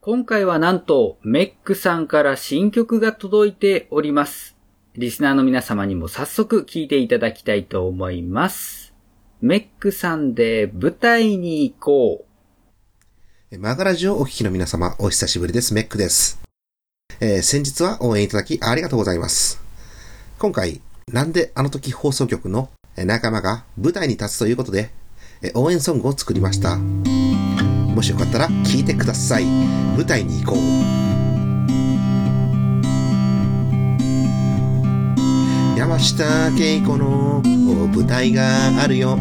今回はなんと、メックさんから新曲が届いております。リスナーの皆様にも早速聴いていただきたいと思います。メックさんで舞台に行こえマガラジオをお聞きの皆様、お久しぶりです。メックです。えー先日は応援いただきありがとうございます。今回、なんであの時放送局のえー仲間が舞台に立つということで、えー応援ソングを作りました。もしよかったら聴いてください。舞台に行こう。山下恵子の舞台があるよ。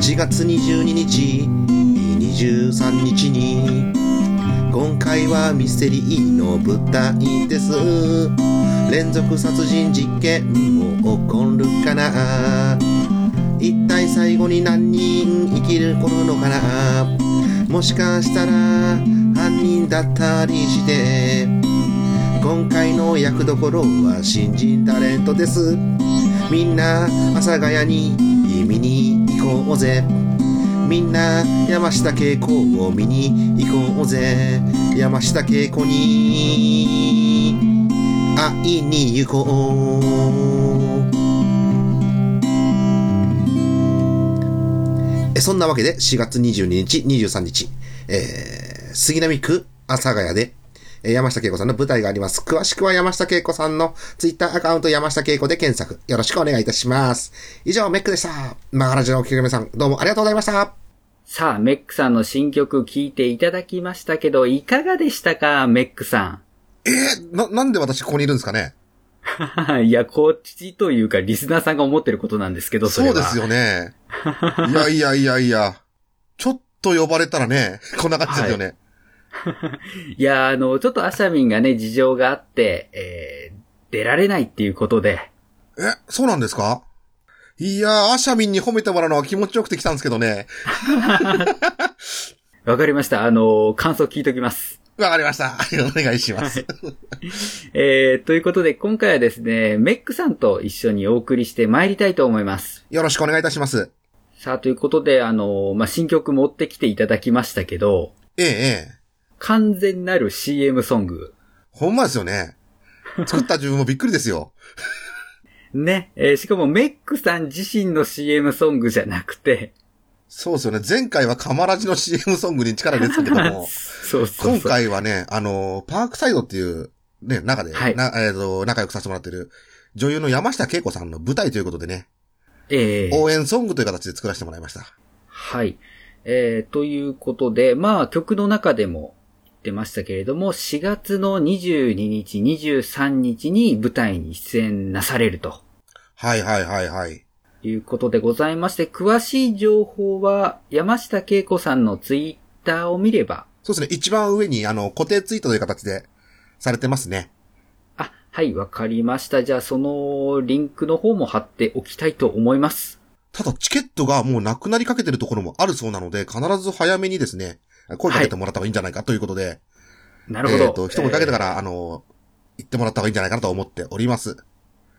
4月22日、23日に。今回はミステリーの舞台です連続殺人事件も起こるかな一体最後に何人生きるるのかなもしかしたら犯人だったりして今回の役どころは新人タレントですみんな阿佐ヶ谷に見に行こうぜみんな山下恵子を見に行こうぜ山下恵子に会いに行こうえそんなわけで4月22日23日、えー、杉並区阿佐ヶ谷でえー山下恵子さんの舞台があります。詳しくは山下恵子さんのツイッターアカウント山下恵子で検索。よろしくお願いいたします。以上、メックでした。マガラジのお聞きの皆さん、どうもありがとうございました。うさあ、メックさんの新曲聴いていただきましたけど、いかがでしたか、メックさな、なんで私ここにいるんですかねん。 いや、こっちというか、リスナーさんが思ってることなんですけど、それそうは。ですよね。いやいやいやいや。ちょっと呼ばれたらね、こんな感じですよね。いや、あの、ちょっとアシャミンがね、事情があって、えー、出られないっていうことで、え、そうなんですかいやー、アシャミンに褒めてもらうのは気持ちよくて来たんですけどね。わかりました。あの、感想聞いときます。わかりました。 お願いします。えー、ということで、今回はですね、メックさんと一緒にお送りして参りたいと思います。よろしくお願いいたします。さあ、ということで、あの、まあ、新曲持ってきていただきましたけど、ええ、ええ。完全なる CM ソング。ほんまですよね。作った自分もびっくりですよ。ね。えーしかもメックさん自身の CM ソングじゃなくて、そうですよね。前回はカマラジの CM ソングに力入れてたけども。 そうそうそう。今回はね、あのー、パークサイドっていう、ね、中で、はいな、えっ、と、仲良くさせてもらってる、女優の山下恵子さんの舞台ということでね、えー応援ソングという形で作らせてもらいました。はい。えーということで、まあ曲の中でも言ってましたけれども、4月の22日、23日に舞台に出演なされるとはいはいはいはい。いうことでございまして、詳しい情報は山下恵子さんのツイッターを見れば、そうですね、一番上に、あの、固定ツイートという形で、されてますね。あ、はい、わかりました。じゃあそのリンクの方も貼っておきたいと思います。ただ、チケットがもうなくなりかけてるところもあるそうなので、必ず早めにですね、声かけてもらった方がいいんじゃないかということで、なるほど。えっ、と、一声かけてえーから、あの、行ってもらった方がいいんじゃないかなと思ってお ります。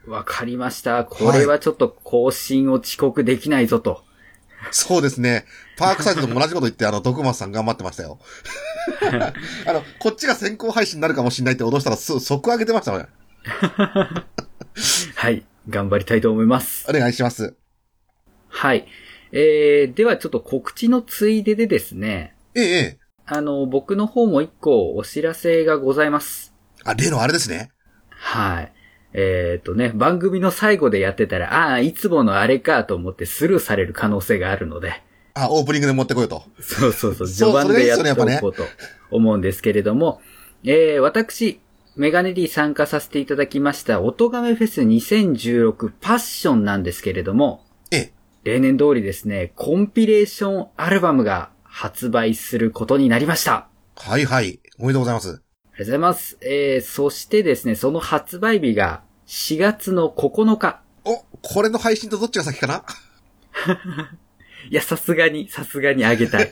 わかりました。これはちょっと更新を遅刻できないぞと。そうですね。パークサイドとも同じこと言って、あの、 徳松さん頑張ってまし たよ。あの、こっちが先行配信になるかもしれないって脅したら、す即上げてましたね。はい、頑張りたいと思います。お願いします。はい。えー、ではちょっと告知のついででですね、ええ、ええ。あの、僕の方も一個お知らせがございます。あ、例のあれですね。はい。えっ、とね、番組の最後でやってたら、ああー、いつものあれかと思ってスルーされる可能性があるので、あ、オープニングで持ってこようと。そうそうそう、そう序盤でやってそれがいいっすよねやおっこうと思うんですけれども、えー、私、メガネディ参加させていただきました、おとがめフェス2016パッションなんですけれども、ええ。例年通りですね、コンピレーションアルバムが発売することになりました。はいはい。おめでとうございます。ありがとうございます。えー、そしてですね、その発売日が4月の9日。お、これの配信とどっちが先かないや、さすがに、さすがにあげたい。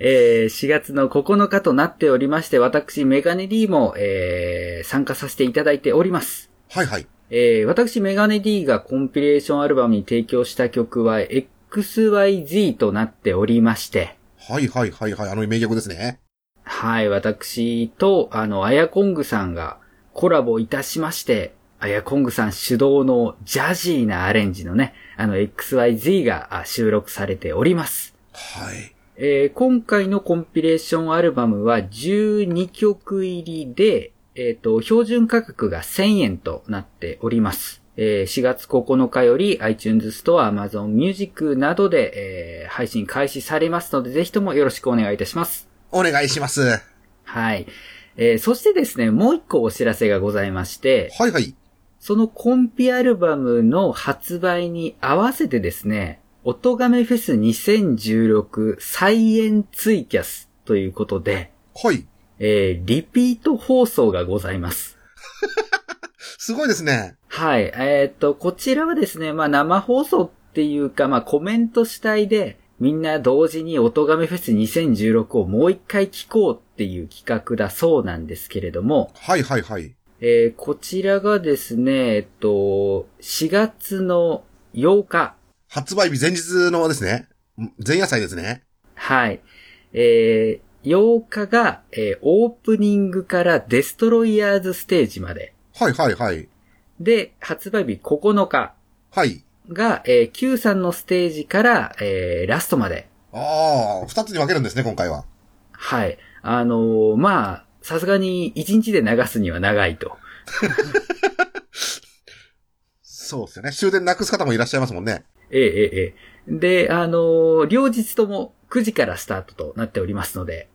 えー、4月の9日となっておりまして、私、メガネ D も、えー、参加させていただいております。はいはい。えー私メガネ D がコンピレーションアルバムに提供した曲は XYZ となっておりまして、はいはいはいはい。あの名曲ですね。はい、私と、あの、アヤコングさんがコラボいたしまして、アヤコングさん主導のジャジーなアレンジのね、あの、XYZ があ収録されております。はい。えー今回のコンピレーションアルバムは12曲入りで、えっ、と、標準価格が1000円となっております。えー4月9日より iTunes ストア、Amazon Music などで、えー配信開始されますので、ぜひともよろしくお願いいたします。お願いします。ははい。えーそしてですね、もう一個お知らせがございまして、いはい。そのコンピアルバムの発売に合わせてですね、音亀フェス2016再演ツイキャスということで、はい。えーリピート放送がございます。すごいですね。はい。えっ、と、こちらはですね、まあ生放送っていうか、まあコメント主体で、みんな同時に音亀フェス2016をもう一回聞こうっていう企画だそうなんですけれども、はいはいはい。えーこちらがですね、えっと、4月の8日、発売日前日のですね。前夜祭ですね。はい、えー8日が、えーオープニングからデストロイヤーズステージまで。はいはいはい。で、発売日9日はい。が、えー Q さんのステージから、えーラストまで。ああ、二つに分けるんですね、今回は。はい。あのーまあ、さすがに1日で流すには長いと。そうですよね。終電なくす方もいらっしゃいますもんね。ええええええで、あのー両日とも9時からスタートとなっておりますので、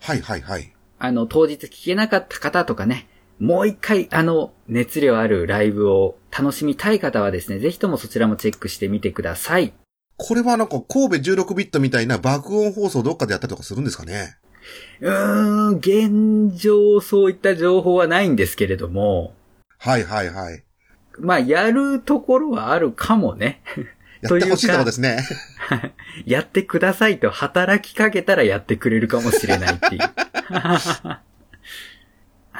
はいはいはい。あの、当日聞けなかった方とかね、もう一回あの、熱量あるライブを楽しみたい方はですね、ぜひともそちらもチェックしてみてください。これはなんか神戸16ビットみたいな爆音放送どっかでやったりとかするんですかね。うーん、現状そういった情報はないんですけれども、はいはいはい。まあ、やるところはあるかもね。やってほしいとこというかですね。やってくださいと働きかけたらやってくれるかもしれないっていう。 は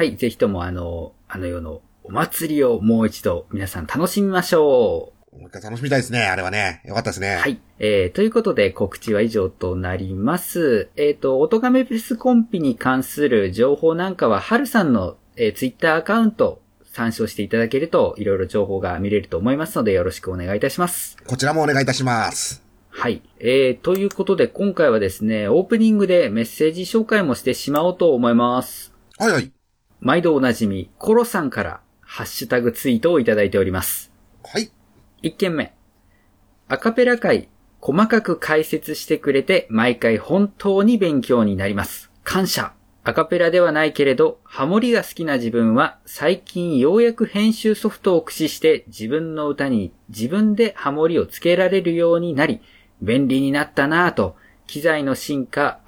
い、ぜひともあの、あの世のお祭りをもう一度皆さん楽しみましょう。もう一回楽しみたいですね、あれはね。よかったですね。はい。えー、ということで告知は以上となります。えっ、と、音亀フェスコンピに関する情報なんかは、はるさんの、えー、ツイッターアカウント参照していただけると、いろいろ情報が見れると思いますので、よろしくお願いいたします。こちらもお願いいたします。はい。えー、ということで今回はですね、オープニングでメッセージ紹介もしてしまおうと思います。はいはい。毎度おなじみ、コロさんから、ハッシュタグツイートをいただいております。はい。 1件目。アカペラ会、細かく解説してくれて、毎回本当に勉強になります。感謝。アカペラではないけれど、ハモリが好きな自分は、最近ようやく編集ソフトを駆使して、自分の歌に自分でハモリをつけられるようになり、便利になったなぁと、機材の進化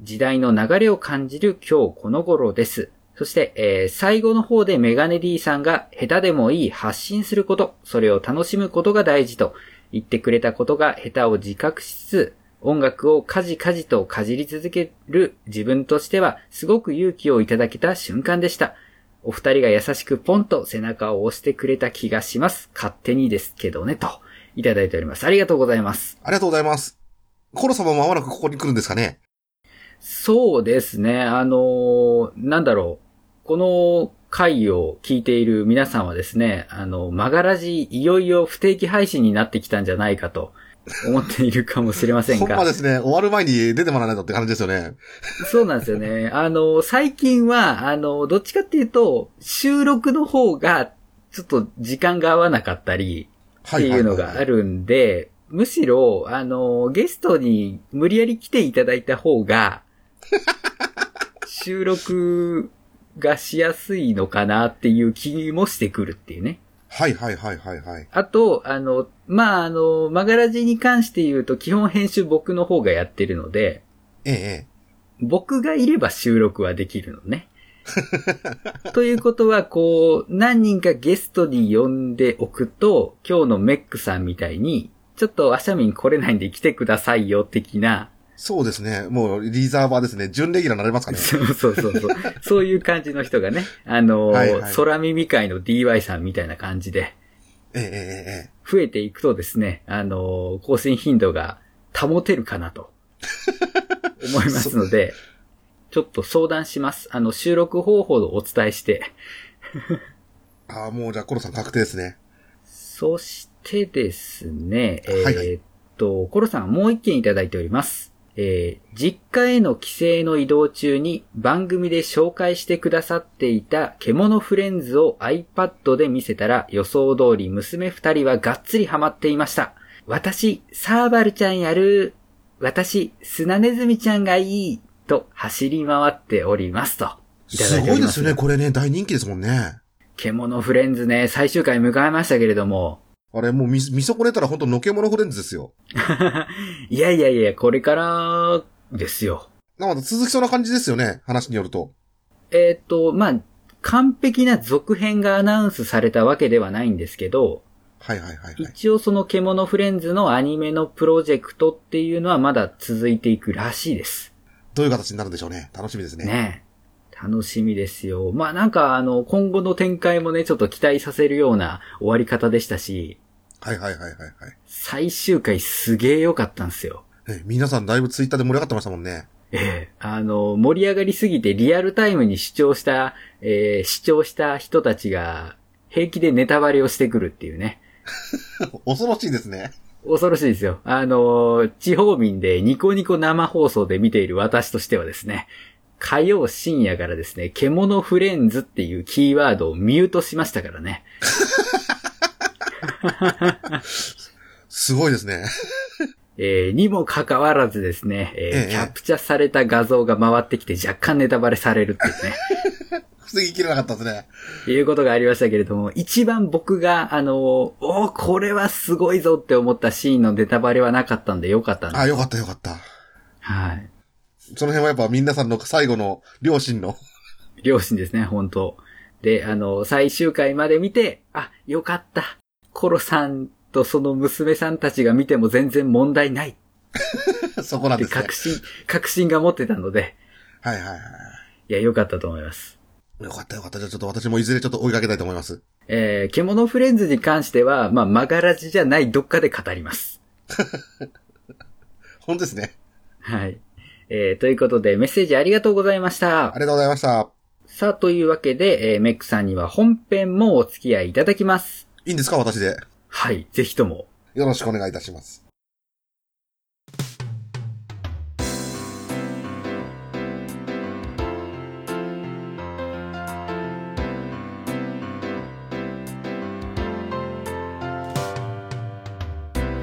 時代の流れを感じる今日この頃です。そして、えー最後の方でメガネ D さんが下手でもいい発信すること、それを楽しむことが大事と言ってくれたことが下手を自覚しつつ、音楽をカジカジとかじり続ける自分としてはすごく勇気をいただけた瞬間でした。お二人が優しくポンと背中を押してくれた気がします。勝手にですけどね、といただいております。ありがとうございます。ありがとうございます。コロ様もまもなくここに来るんですかね。そうですね。あのーなんだろう。この回を聞いている皆さんはですね、あの、マガラジ、いよいよ不定期配信になってきたんじゃないかと思っているかもしれません ほんまがで。すね、終わる前に出てもらわないとって感じですよね。そうなんですよね。あの、最近は、あの、どっちかっていうと、収録の方が、ちょっと時間が合わなかったり、っはていはいはうのがあ。るんで、むしろ、あの、ゲストに無理やり来ていただいた方 が、収録がしやすいのかなっていう気もしてくるっていうね。はいはいはいはいはい。あと、あの、まあ、あの、マガラジに関して言うと基本編集僕の方がやってるので、えええ僕がいれば収録はできるのね。 ということは、こう、何人かゲストに呼んでおくと、今日のメックさんみたいに、ちょっとアシャミン来れないんで来てくださいよ、的な、え。そうですね、もうリザーバーですね。準レギュラーになれますかね。そうそうそうそう、そういう感じの人がね、あのーはいはい空耳界の DY さんみたいな感じで、ええええええ。増えていくとですね、あのー更 新頻度が保てるかなと、思いますので、ちょっと相談します。あの、収録方法をお伝えして。ああ、もうじゃあコロさん確定ですね。そしてですね、えはいはいーっと、コロさんもう一件いただいております。えー実家への帰省の移動中に番組で紹介してくださっていた獣フレンズを iPad で見せたら予想通り娘二人はがっつりハマっていました。私、サーバルちゃんやる。私、スナネズミちゃんがいい。と走り回っておりますと。いただすておごいりでますね、。これね、大人気ですもんね。獣フレンズね、最終回迎えましたけれども、あれ、もう見、見損ねたら本当のけものフレンズですよ。 いやいやいや、これからですよ。なんか続きそうな感じですよね、話によると。えっ、と、まあ、完璧な続編がアナウンスされたわけではないんですけど、はいはいはいはい。一応その獣フレンズのアニメのプロジェクトっていうのはまだ続いていくらしいです。どういう形になるんでしょうね。楽しみですね。ねえ楽しみですよ。まあ、なんかあの、今後の展開もね、ちょっと期待させるような終わり方でしたし、はいはいはいはいはい。最終回すげえ良かったんですよ。え皆さんだいぶツイッターで盛り上がってましたもんね。ええあの、盛り上がりすぎてリアルタイムに主張した、えー主張した人たちが平気でネタバレをしてくるっていうね。恐ろしいですね。恐ろしいですよ。あの、地方民でニコニコ生放送で見ている私としてはですね、火曜深夜からですね、獣フレンズっていうキーワードをミュートしましたからね。すごいですね。 えーにもかかわらずですね、えーええキャプチャされた画像が回ってきて若干ネタバレされるっていうね。防ぎきれなかったですね。いうことがありましたけれども、一番僕が、あの、おーこれはすごいぞって思ったシーンのネタバレはなかったんでよかったんです。あ、よかったよかった。はい。その辺はやっぱ皆さんの最後の両親の。 両親ですね、本当で、あの、最終回まで見て、あ、よかった。コロさんとその娘さんたちが見ても全然問題ないっそこなんてですね確。信、確信が持ってたので、はいはいはい。いや、よかったと思います。よかったよかった。じゃあちょっと私もいずれちょっと追いかけたいと思います。えー、獣フレンズに関しては、まあ、曲がらじじゃないどっかで語ります。本当ですね。はい。えー、ということで、メッセージありがとうございましたあ。りがとうございました。さあ、というわけで、えーメックさんには本編もお付き合いいただきます。いいんですか私で。はい、ぜひとも。よろしくお願いいたします。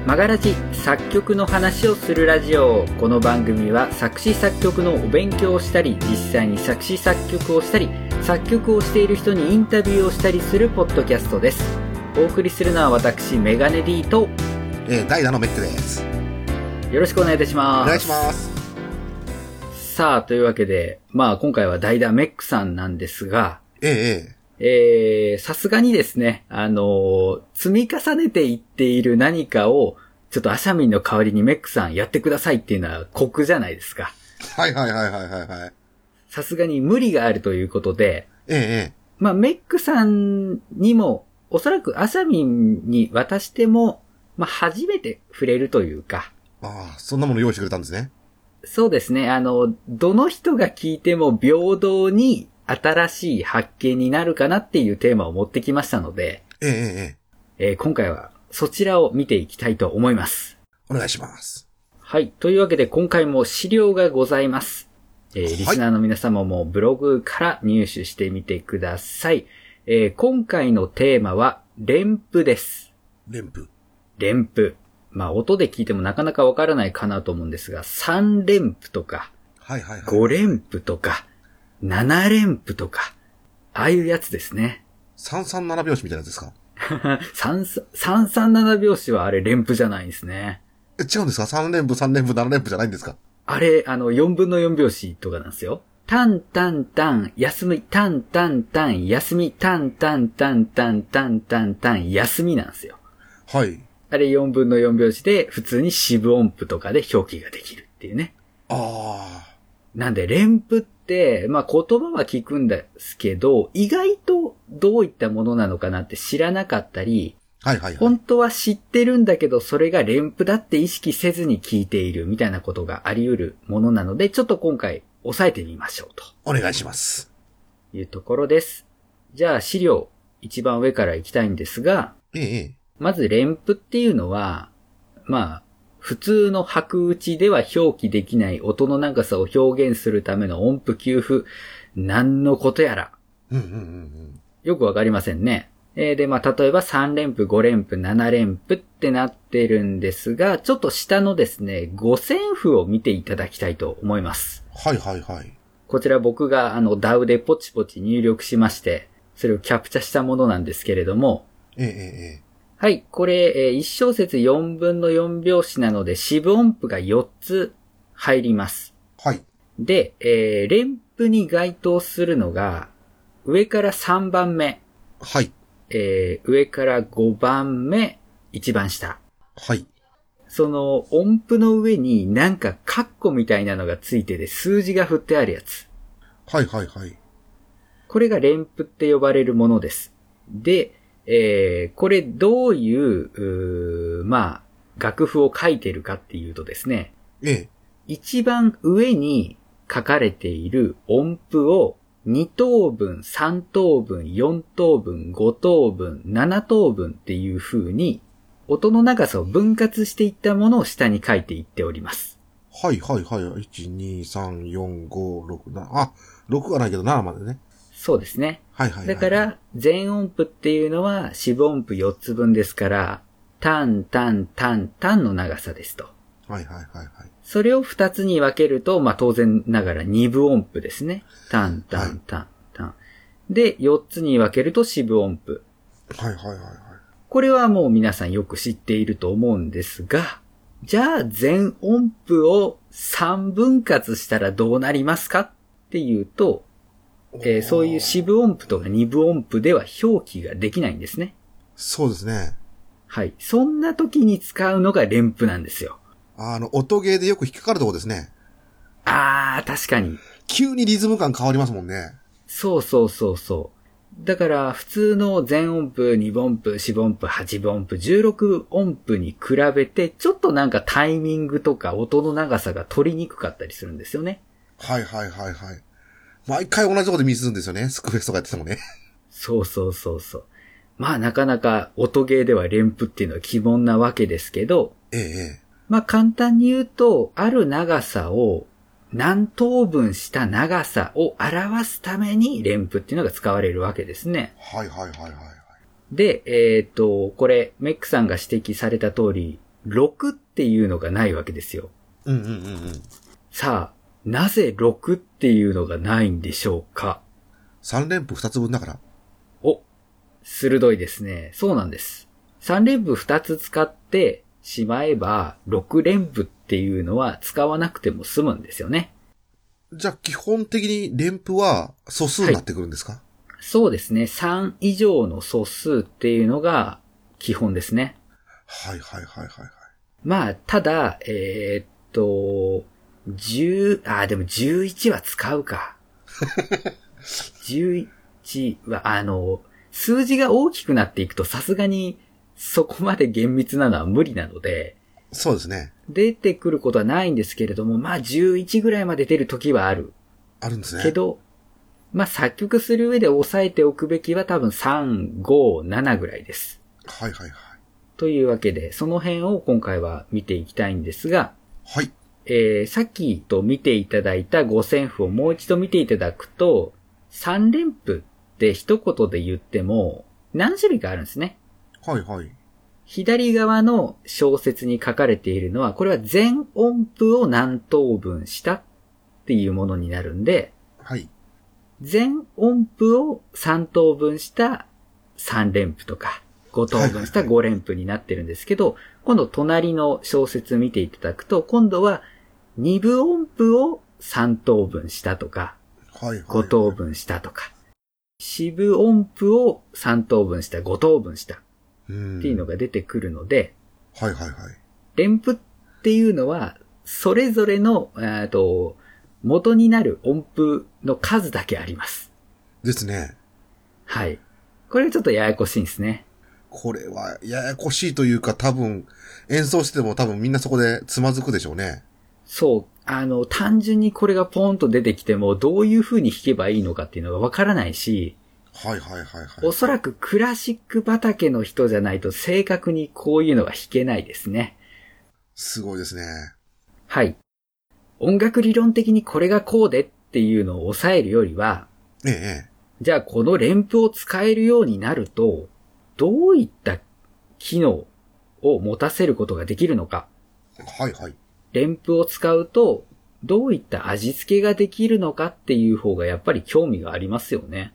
マガラジ作曲の話をするラジオこの番組は作詞作曲のお勉強をしたり実際に作詞作曲をしたり作曲をしている人にインタビューをしたりするポッドキャストですお送りするのは私メガネ D とえー、ダイダのメックです。よろしくお願いいたしおます願いします。すさあというわけでまあ今回は代打メックさんなんですがええええーさすがにですね、あのー積み重ねていっている何かを、ちょっとアシャミンの代わりにメックさんやってくださいっていうのは酷じゃないですか。えはいはいはいはいはいはい。さすがに無理があるということで、えええまあ、メックさんにも、おそらくアシャミンに渡しても、まあ、初めて触れるというか、えああ、そんなもの用意してくれたんですね。そうですね、あの、どの人が聞いても平等に新しい発見になるかなっていうテーマを持ってきましたので、ええええええー今回はそちらを見ていきたいと思います。お願いします。はい。というわけで今回も資料がございます。えーはいリスナーの皆様もブログから入手してみてください。えー今回のテーマは、連符です。レンプ。連符。まあ、音で聞いてもなかなかわからないかなと思うんですが、3連符とか、はいはいはい。 5連符とか、7連符とか、ああいうやつですね。 337拍子みたいなやつですか3、337拍子はあれ連符じゃないんですね。え、違うんですか ?3 連符、3連符、7連符じゃないんですかあれ、あの、4分の4拍子とかなんですよ。タンタンタン、休み、タンタンタン、休み、タンタンタンタンタンタンタン、休みなんですよ。はい。あれ4分の4拍子で、普通に四分音符とかで表記ができるっていうね。あなんで、連符って、まあ言葉は聞くんですけど、意外とどういったものなのかなって知らなかったり、あ。はいはいはい。本当は知ってるんだけど、それが連符だって意識せずに聞いているみたいなことがあり得るものなので、ちょっと今回抑えてみましょうとお願いします。いうところです。じゃあ資料一番上から行きたいんですが、ええ、ええ。まず連符っていうのは、まあ、普通の白打ちでは表記できない音の長さを表現するための音符給付、何のことやら、うんうんうんうん。よくわかりませんね。えーで、まあ、例えば3連符、5連符、7連符ってなってるんですが、ちょっと下のですね、5線譜を見ていただきたいと思います。はいはいはい。こちら僕があの DAW でポチポチ入力しまして、それをキャプチャしたものなんですけれども、ええ、ええ、はい、これ、え1小節4分の4拍子なので、四分音符が4つ入ります。はい。で、えー連符に該当するのが、上から3番目、はい。えー上から5番目、一番下。はい。その音符の上になんかカッコみたいなのがついてて数字が振ってあるやつ。はいはいはい。これが連符って呼ばれるものです。で、えーこれどういう、うーまあ、楽譜を書いてるかっていうとですね、ええ。一番上に書かれている音符を2等分、3等分、4等分、5等分、7等分っていう風に、音の長さを分割していったものを下に書いていっております。はいはいはい。1、2、3、4、5、6、7。あ、6はないけど7までね。そうですね。はいはいはい。だか、ら、全音符っていうのは四分音符4つ分ですから、タン、タン、タン、タンの長さですと。はいはいはいはい。それを二つに分けると、まあ当然ながら二部音符ですね。タン、タン、タン、タン。で、四つに分けると四部音符。はいはいはいはい。これはもう皆さんよく知っていると思うんですが、じゃあ全音符を三分割したらどうなりますかっていうと、えーそういう四部音符とか二部音符では表記ができないんですね。そうですね。はい。そんな時に使うのが連符なんですよ。あの、音ゲーでよく引っかかるとこですね。あー、確かに。急にリズム感変わりますもんね。そうそうそうそう。だから、普通の全音符、2分音符、四分音符、八分音符、16音符に比べて、ちょっとなんかタイミングとか音の長さが取りにくかったりするんですよね。はいはいはいはい。毎回同じとこでミスるんですよね。スクエストがやっててもね。 そうそうそうそう。まあ、なかなか音ゲーでは連符っていうのは基本なわけですけど、ええ、えまあ、簡単に言うと、ある長さを何等分した長さを表すために連符っていうのが使われるわけですね。え。はいはいはいはいはい。で、えっ、と、これ、メックさんが指摘された通り、6っていうのがないわけですよ。うんうんうんうん。さあ、なぜ6っていうのがないんでしょうか3連符2つ分だから。お、鋭いですね。そうなんです。3連符2つ使ってしまえば、6連符っていうのは使わなくても済むんですよね。じゃあ基本的に連符は素数になってくるんですか、そうですね。3以上の素数っていうのが基本ですね。はい、はいはいはいはい。まあ、ただ、えーっと、10、あ、でも11は使うか。11は、あの、数字が大きくなっていくとさすがにそこまで厳密なのは無理なので、そうですね。出てくることはないんですけれども、まあ11ぐらいまで出る時はあるあるんですね。けど、まあ作曲する上で押さえておくべきは多分3、5、7ぐらいです。はいはいはい。というわけで、その辺を今回は見ていきたいんですが、はい。えー、さっきと見ていただいた五線譜をもう一度見ていただくと、三連符って一言で言っても、何種類かあるんですね。はいはい。左側の小説に書かれているのは、これは全音符を何等分したっていうものになるんで、はい。全音符を3等分した3連符とか、5等分した5連符になってるんですけど、今度隣の小説見ていただくと、今度は2部音符を3等分したとか、はいはい。 5等分したとか、四部音符を3等分した、5等分したっうん。ていうのが出てくるので、はいはいはい。連符っていうのは、それぞれの、えーと、元になる音符の数だけあります。ですね。はい。これちょっとややこしいんですね。これはややこしいというか多分、演奏してても多分みんなそこでつまずくでしょうね。そう。あの、単純にこれがポンと出てきても、どういう風に弾けばいいのかっていうのがわからないし、はいはいはいはおい。そらくクラシック畑の人じゃないと正確にこういうのが弾けないですね。すごいですね。はい。音楽理論的にこれがこうでっていうのを抑えるよりは、えええじゃあこの連符を使えるようになると、どういった機能を持たせることができるのか。え。はいはい。連符を使うと、どういった味付けができるのかっていう方がやっぱり興味がありますよね。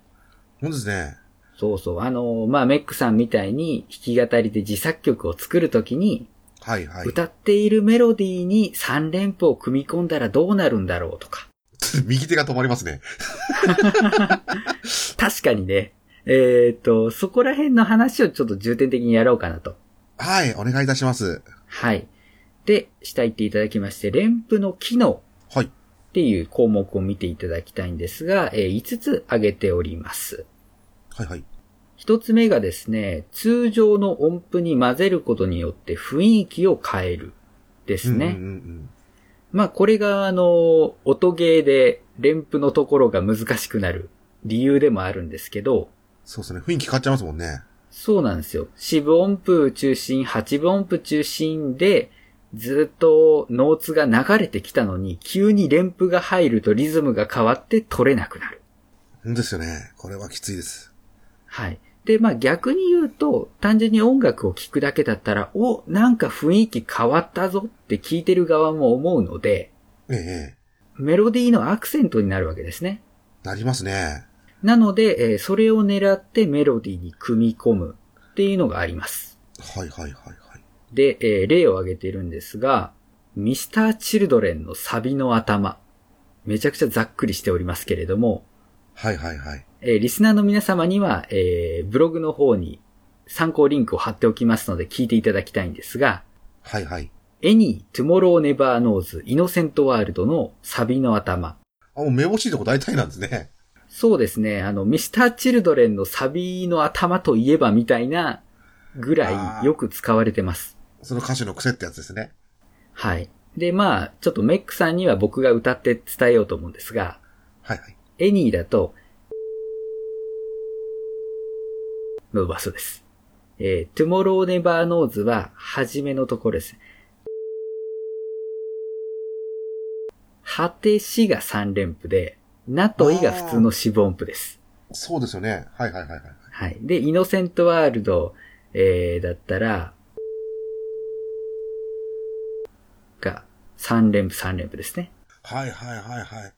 ほんですね。そうそう。あの、まあ、メックさんみたいに弾き語りで自作曲を作るときに、はいはい。歌っているメロディーに3連符を組み込んだらどうなるんだろうとか。 右手が止まりますね。確かにね。えっ、と、そこら辺の話をちょっと重点的にやろうかなと。はい、お願いいたします。はい。で、下行っていただきまして、連符の機能はい。っていう項目を見ていただきたいんですが、えー5つ挙げております。はいはい。 1つ目がですね、通常の音符に混ぜることによって雰囲気を変えるですね。うんうんうんまあこれがあの、音ゲーで連符のところが難しくなる理由でもあるんですけど、そうですね。雰囲気変わっちゃいますもんね。そうなんですよ。四分音符中心、八分音符中心で、ずっとノーツが流れてきたのに、急に連符が入るとリズムが変わって取れなくなる。ほんですよね。これはきついです。はい。で、まあ逆に言うと、単純に音楽を聴くだけだったら、お、なんか雰囲気変わったぞって聴いてる側も思うので、ええええ。メロディーのアクセントになるわけですね。なりますね。なので、えーそれを狙ってメロディーに組み込むっていうのがあります。はいはいはいはい。で、えー例を挙げてるんですが、ミスター・チルドレンのサビの頭。めちゃくちゃざっくりしておりますけれども、はいはいはい。えーリスナーの皆様には、えーブログの方に参考リンクを貼っておきますので聞いていただきたいんですが、はいはい。 Any Tomorrow Never Knows Innocent World のサビの頭。あ、もう目星いとこ大体なんですね。そうですね。あの、ミスター・チルドレンのサビの頭といえばみたいなぐらあいーよく使われてます。その歌手の癖ってやつですね。はい。で、まあ、ちょっとメックさんには僕が歌って伝えようと思うんですが、はいはい。エニーだと、の場所です。えー、Tomorrow Never Knows は、初めのところです。果てしが3連符で、なといが普通の四分音符です。そうですよね。はいはいはいはい。はい。で、イノセントワールド、えー、だったら、が、3連符、3連符ですね。はいはいはいはい。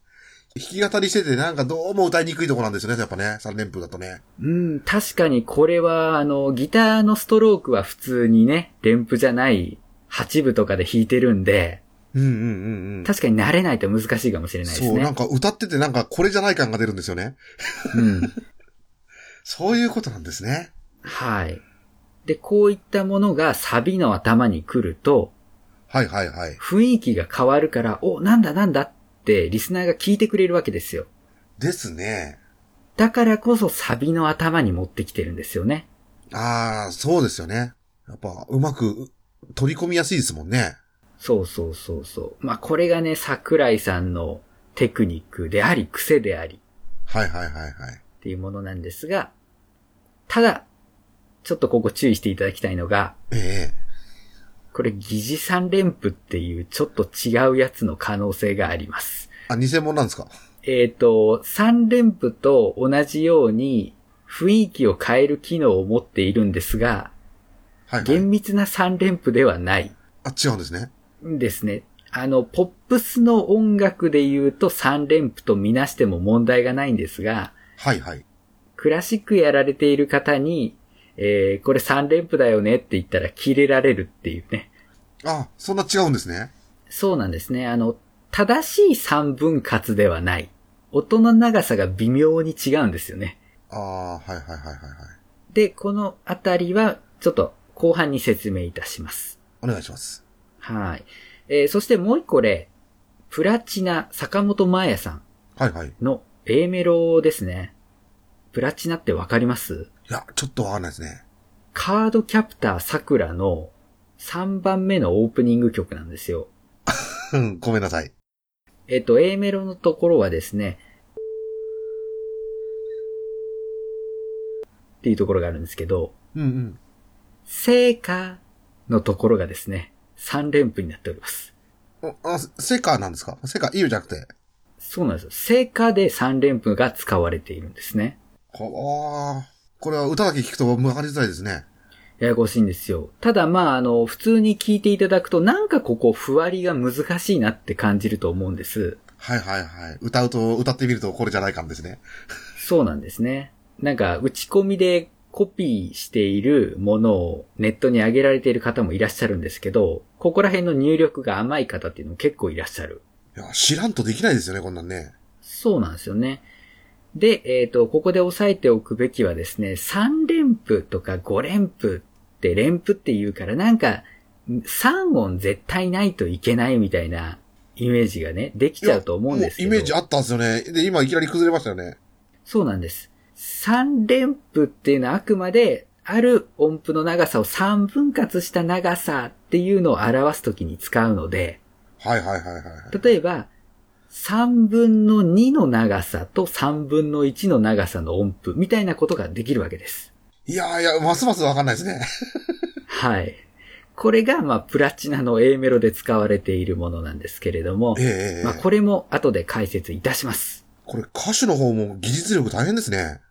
弾き語りしててなんかどうも歌いにくいとこなんですよね。やっぱね。三連符だとね。うん、確かにこれは、あの、ギターのストロークは普通にね、連符じゃない8部とかで弾いてるんで、うんうんうんうん。確かに慣れないと難しいかもしれないですそう、なんね。か歌っててなんかこれじゃない感が出るんですよね。うん。そういうことなんですね。はい。で、こういったものがサビの頭に来ると、はいはいはい。雰囲気が変わるから、お、なんだなんだってリスナーが聞いてくれるわけですよ。ですね。だからこそサビの頭に持ってきてるんですよね。ああ、そうですよね。やっぱうまくう取り込みやすいですもんね。そうそうそうそう。まあ、これがね、桜井さんのテクニックであり、癖でありはいはいはいはい。っていうものなんですが、ただ、ちょっとここ注意していただきたいのが、ええこれ疑似三連符っていうちょっと違うやつの可能性があります。あ、偽物なんですかえっ、と、三連符と同じように雰囲気を変える機能を持っているんですが、はい、はい。厳密な三連符ではない。あ、違うんですね。ですね。あの、ポップスの音楽で言うと3連符とみなしても問題がないんですが、はいはい。クラシックやられている方に、えー、これ3連符だよねって言ったら切れられるっていうね。あ、そんな違うんですね。そうなんですね。あの、正しい3分割ではない。音の長さが微妙に違うんですよね。ああ、はいはいはいはいはい。で、このあたりは、ちょっと後半に説明いたします。お願いします。はい。えー、そしてもう一個例。プラチナ坂本真綾さん。はいはい。いの A メロですね。プラチナってわかりますや、ちょっとわかんないですね。カードキャプター桜の3番目のオープニング曲なんですよ。うんごめんなさい。えっと、A メロのところはですね、っていうところがあるんですけど、うんうん。成果のところがですね、3連符になっております。おあ、セカなんですかセカ、イルじゃなくて。そうなんですよ。成果で3連符が使われているんですね。こあーこれは歌だけ聞くと分かりづらいですね。ややこしいんですよ。ただまあ、あの、普通に聞いていただくと、なんかここ、ふわりが難しいなって感じると思うんです。はいはいはい。歌うと、歌ってみるとこれじゃない感ですね。そうなんですね。なんか、打ち込みでコピーしているものをネットに上げられている方もいらっしゃるんですけど、ここら辺の入力が甘い方っていうのも結構いらっしゃる。いや、知らんとできないですよね、こんなんね。そうなんですよね。で、えっ、と、ここで押さえておくべきはですね、3連符とか5連符って連符って言うから、なんか、3音絶対ないといけないみたいなイメージがね、できちゃうと思うんですけど。もイメージあったんですよね。で、今いきなり崩れましたよね。そうなんです。3連符っていうのはあくまで、ある音符の長さを3分割した長さっていうのを表すときに使うので、はいはいはいはいはい。例えば、3分の2の長さと3分の1の長さの音符みたいなことができるわけです。いやいや、ますます分かんないで すね。はい。これが、まあ、プラチナの A メロで使われているものなんですけれどもえ、えええまあ、これも後で解説いたします。これ歌手の方も技術力大変ですね。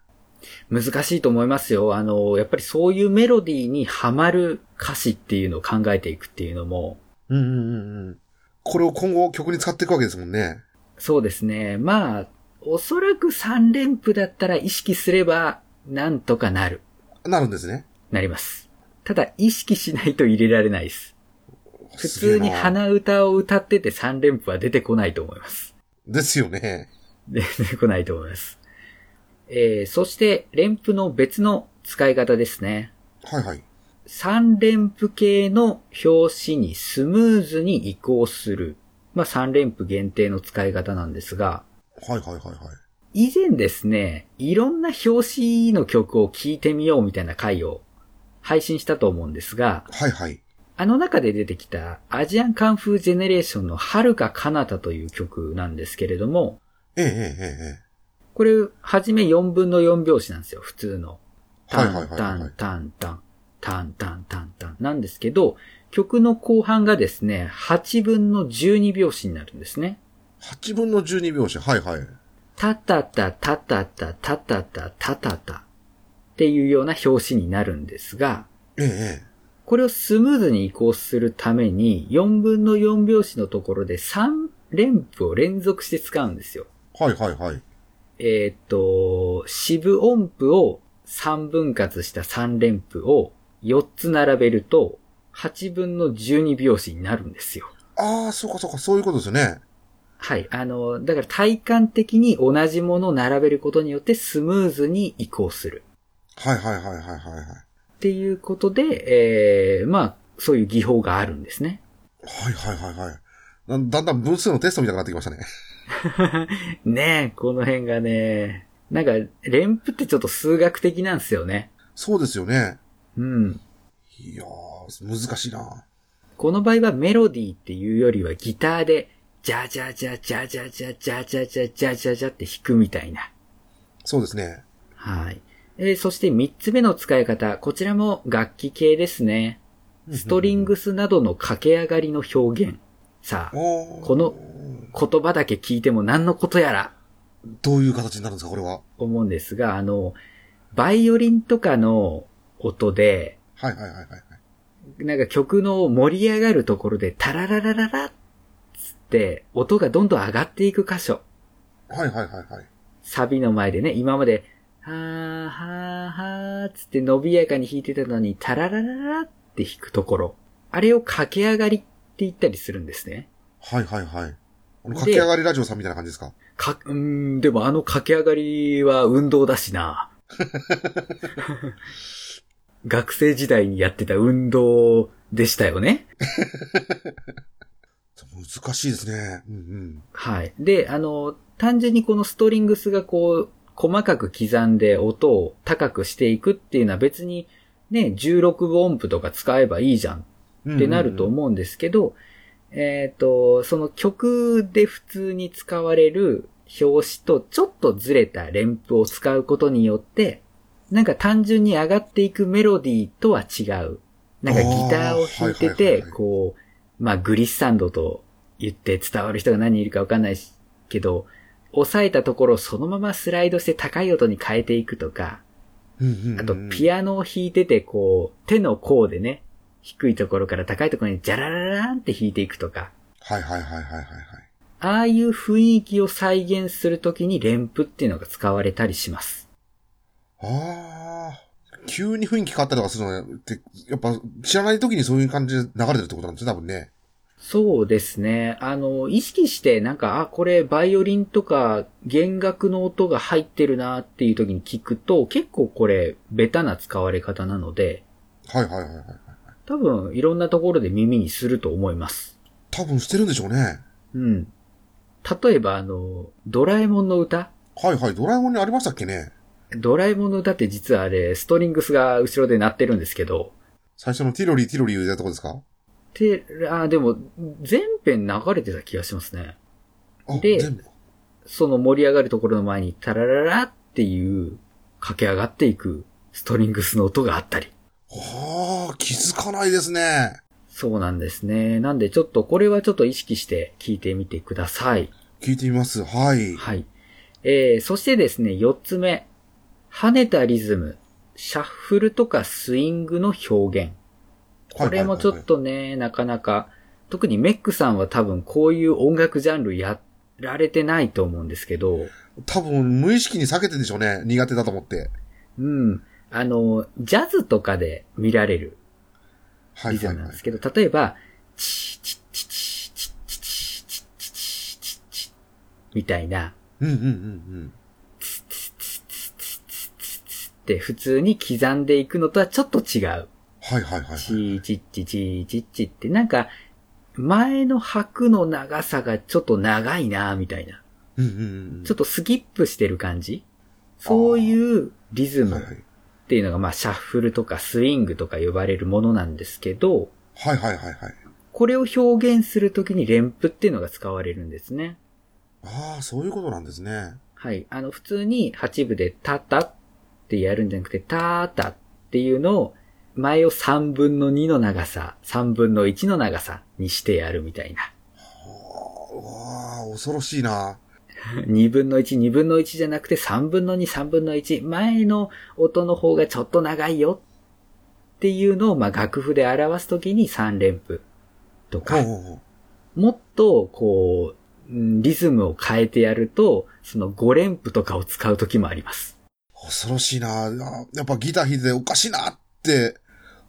難しいと思いますよ。あの、やっぱりそういうメロディーにハマる歌詞っていうのを考えていくっていうのも、うんうんうんうん。これを今後曲に使っていくわけですもんね。そうですね。まあ、おそらく3連符だったら意識すれば、なんとかなる、なるんですね。なります。ただ、意識しないと入れられないです。普通にすげえな。鼻歌を歌ってて3連符は出てこないと思います。ですよね。出てこないと思います。えー、そして、連符の別の使い方ですね。はいはい。三連符系の表紙にスムーズに移行する。まあ、三連符限定の使い方なんですが、はいはいはいはい。以前ですね、いろんな表紙の曲を聴いてみようみたいな回を配信したと思うんですが、はいはい。あの中で出てきたアジアンカンフージェネレーションの遥か彼方という曲なんですけれども、えええええこれ、はじめ4分の4拍子なんですよ、普通の。はいタはいはいンはいタンタンタン、タンタンタンタンなんですけど、曲の後半がですね、8分の12拍子になるんですね。え8分の12拍子。はいはい。タタタタタタタタタタタタっていうような拍子になるんですが、えええこれをスムーズに移行するために、4分の4拍子のところで3連符を連続して使うんですよ。えはいはいはい。えーっと、四分音符を3分割した3連符を4つ並べると、8分の12拍子になるんですよ。ああ、そうかそうか、そういうことですよね。はい。あの、だから体感的に同じものを並べることによってスムーズに移行する。はいはいはいはいはいはい。っていうことで、えー、まあ、そういう技法があるんですね。はいはいはいはい。なだんだん分数のテストみたいになってきましたね。ねえ、この辺がね、なんか、連符ってちょっと数学的なんですよね。そうですよね。うん。いやー、難しいな。この場合はメロディーっていうよりはギターで、ジャジャジャジャジャジャジャジャジャジャジャジャって弾くみたいな。そうですね。はい。えーそして3つ目の使い方。こちらも楽器系ですね。ストリングスなどの駆け上がりの表現。さあ、おーこの言葉だけ聞いても何のことやら、どういう形になるんですか、これは。思うんですが、あの、バイオリンとかの音で、はいはいはいはい。なんか曲の盛り上がるところで、タラララララっつって、音がどんどん上がっていく箇所。はいはいはいはい。サビの前でね、今まで、はーはーはーっつって伸びやかに弾いてたのに、タララララって弾くところ。あれを駆け上がりって言ったりするんですね。はいはいはい。あの、で駆け上がりラジオさんみたいな感じですかか、うーん、でもあの駆け上がりは運動だしな。学生時代にやってた運動でしたよね。難しいですね。うんうん。はい。で、あの、単純にこのストリングスがこう、細かく刻んで音を高くしていくっていうのは別にね、16分音符とか使えばいいじゃんうんうんうんってなると思うんですけど、えっ、と、その曲で普通に使われる表紙とちょっとずれた連符を使うことによって、なんか単純に上がっていくメロディーとは違う。なんかギターを弾いてあーはいはいはいて、はいこう、まあグリッサンドと言って伝わる人が何人いるかわかんないしけど、押さえたところをそのままスライドして高い音に変えていくとか、あと、ピアノを弾いてて、こう、手の甲でね、低いところから高いところにジャラララーンって弾いていくとか、はいはいはいはいはいはい。ああいう雰囲気を再現するときに連符っていうのが使われたりします。ああ。急に雰囲気変わったりとかするのね。って、やっぱ知らない時にそういう感じで流れてるってことなんですよ、多分ね。そうですね。あの、意識して、なんか、あ、これ、バイオリンとか、弦楽の音が入ってるなっていう時に聞くと、結構これ、ベタな使われ方なので、はいはいはいはい。多分、いろんなところで耳にすると思います。多分してるんでしょうね。うん。例えばあの、ドラえもんの歌はいはい。ドラえもんにありましたっけねドラえもんの歌って実はあれ、ストリングスが後ろで鳴ってるんですけど、最初のティロリーティロリー言うたとこですかて、あ、でも、全編流れてた気がしますね。あ、で全部。その盛り上がるところの前に、タラララっていう、駆け上がっていくストリングスの音があったり。はあ、気づかないですね。そうなんですね。なんでちょっと、これはちょっと意識して聞いてみてください。聞いてみます。はい。はい。えー、そしてですね、四つ目。跳ねたリズム、シャッフルとかスイングの表現。これもちょっとね、なかなか、特にメックさんは多分こういう音楽ジャンルやられてないと思うんですけど、多分無意識に避けてんでしょうね。苦手だと思って。うん。あの、ジャズとかで見られるはリいズはムいなんはでいす。けど、例えば、チーチッチッチッチッチッチッチッチッチッチッチッチッみたいな、うんうんうんうん。で普通に刻んでいくのとはちょっと違う。はいはいはいはい。チーチッチチーチッチって、なんか、前の拍の長さがちょっと長いなみたいな。うんうんうん。ちょっとスキップしてる感じそういうリズムはいっていうのが、まあ、シャッフルとかスイングとか呼ばれるものなんですけど、はいはいはいはい。これを表現するときに連符っていうのが使われるんですね。ああ、そういうことなんですね。はい。あの、普通に8部でタタってやるんじゃなくて、タタっていうのを、前を3分の2の長さ、3分の1の長さにしてやるみたいな。うわあ、恐ろしいな。 2分の1、2分の1じゃなくて3分の2、3分の1。前の音の方がちょっと長いよっていうのを、まあ、楽譜で表すときに3連符とほうか、ほうほうもっと、こう、うんリズムを変えてやると、その5連符とかを使うときもあります。恐ろしいな。あーやっぱギター弾いてておかしいなって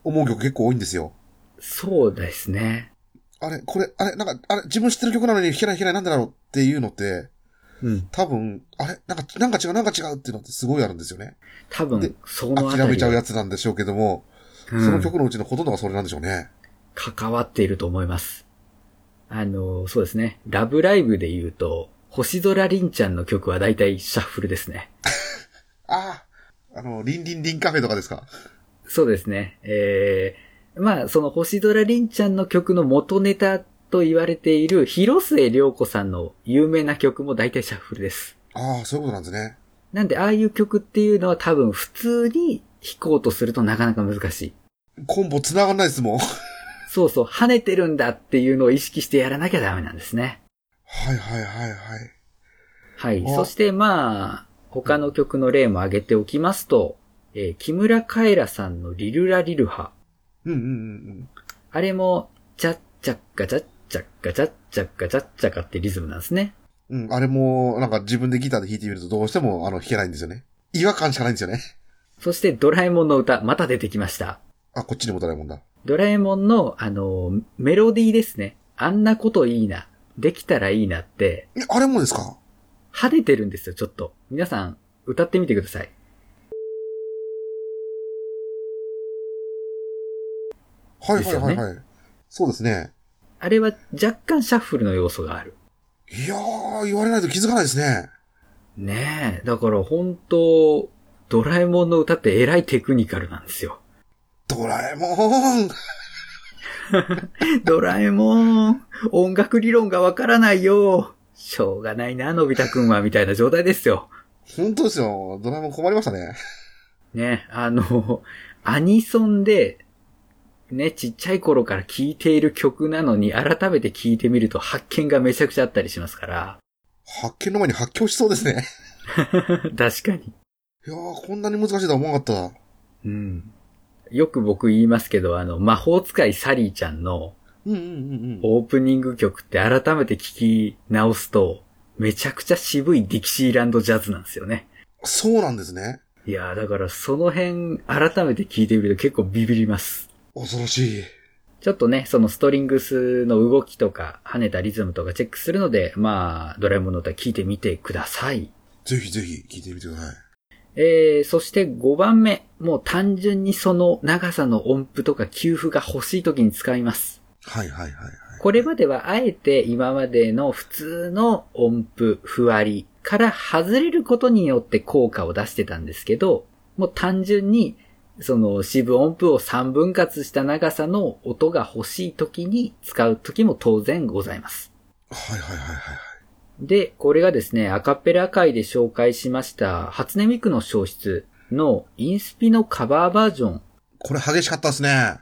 思う曲結構多いんですよ。そうですね。あれ、これ、あれ、なんか、あれ、自分知ってる曲なのに弾けない弾けないなんでだろうっていうのって、うん。多分、あれ、なんか、なんか違うなんか違うっていうのってすごいあるんですよね。多で分、そのあ諦ためりちゃうが、やつなんでしょうけども、うそのん、曲のうちのほとんどがそれなんでしょうね。関わっていると思います。あの、そうですね。ラブライブで言うと、星空凛ちゃんの曲は大体シャッフルですね。ああ、あの、リンリンリンカフェとかですか。そうですね。えー、まあ、その星空凛ちゃんの曲の元ネタと言われている広末涼子さんの有名な曲も大体シャッフルです。ああ、そういうことなんですね。なんで、ああいう曲っていうのは多分普通に弾こうとするとなかなか難しい。コンボ繋がんないですもん。そうそう、跳ねてるんだっていうのを意識してやらなきゃダメなんですね。はいはいはいはい。はい。おそして、まあ、他の曲の例も挙げておきますと、えー木村カエラさんのリルラリルハ。うんうんうんあれも、チャッチャッカチャッチャッカチャッチャッカチャッチャカってリズムなんですね。うん。うん、あれも、なんか自分でギターで弾いてみるとどうしても、あの、弾けないんですよね。違和感しかないんですよね。そして、ドラえもんの歌、また出てきました。あ、こっちにもドラえもんだ。ドラえもんの、あの、メロディーですね。あんなこといいな。できたらいいなって、え、あれもですか跳ねてるんですよ、ちょっと。皆さん、歌ってみてください。はでいはすいよはねいはい。そうですね。あれは若干シャッフルの要素がある。いやー、言われないと気づかないですね。ねえ。だから本当ドラえもんの歌ってえらいテクニカルなんですよ。ドラえもんドラえもん、音楽理論がわからないよ。しょうがないな、のび太くんは、みたいな状態ですよ。本当ですよ。ドラえもん困りましたね。ね、あの、アニソンで、ね、ちっちゃい頃から聴いている曲なのに、改めて聴いてみると発見がめちゃくちゃあったりしますから。発見の前に発狂しそうですね。確かに。いやー、こんなに難しいとは思わなかっうん。よく僕言いますけど、あの、魔法使いサリーちゃんのた。うんうんうんうん。オープニング曲って改めて聴き直すと、めちゃくちゃ渋いディキシーランドジャズなんですよね。そうなんですね。いやー、だからその辺改めて聴いてみると結構ビビります。恐ろしい。ちょっとね、そのストリングスの動きとか、跳ねたリズムとかチェックするので、まあ、ドラえもんの歌聴いてみてください。ぜひぜひ聞いてみてください。えー、そして5番目。もう単純にその長さの音符とか給付が欲しい時に使います。はいはいはいはい。これまではあえて今までの普通の音符、ふわりから外れることによって効果を出してたんですけど、もう単純にその四分音符を3分割した長さの音が欲しい時に使う時も当然ございます。はいはいはいはい。で、これがですね、アカペラ界で紹介しました初音ミクの小出のインスピのカバーバージョンこれ激しかったですね。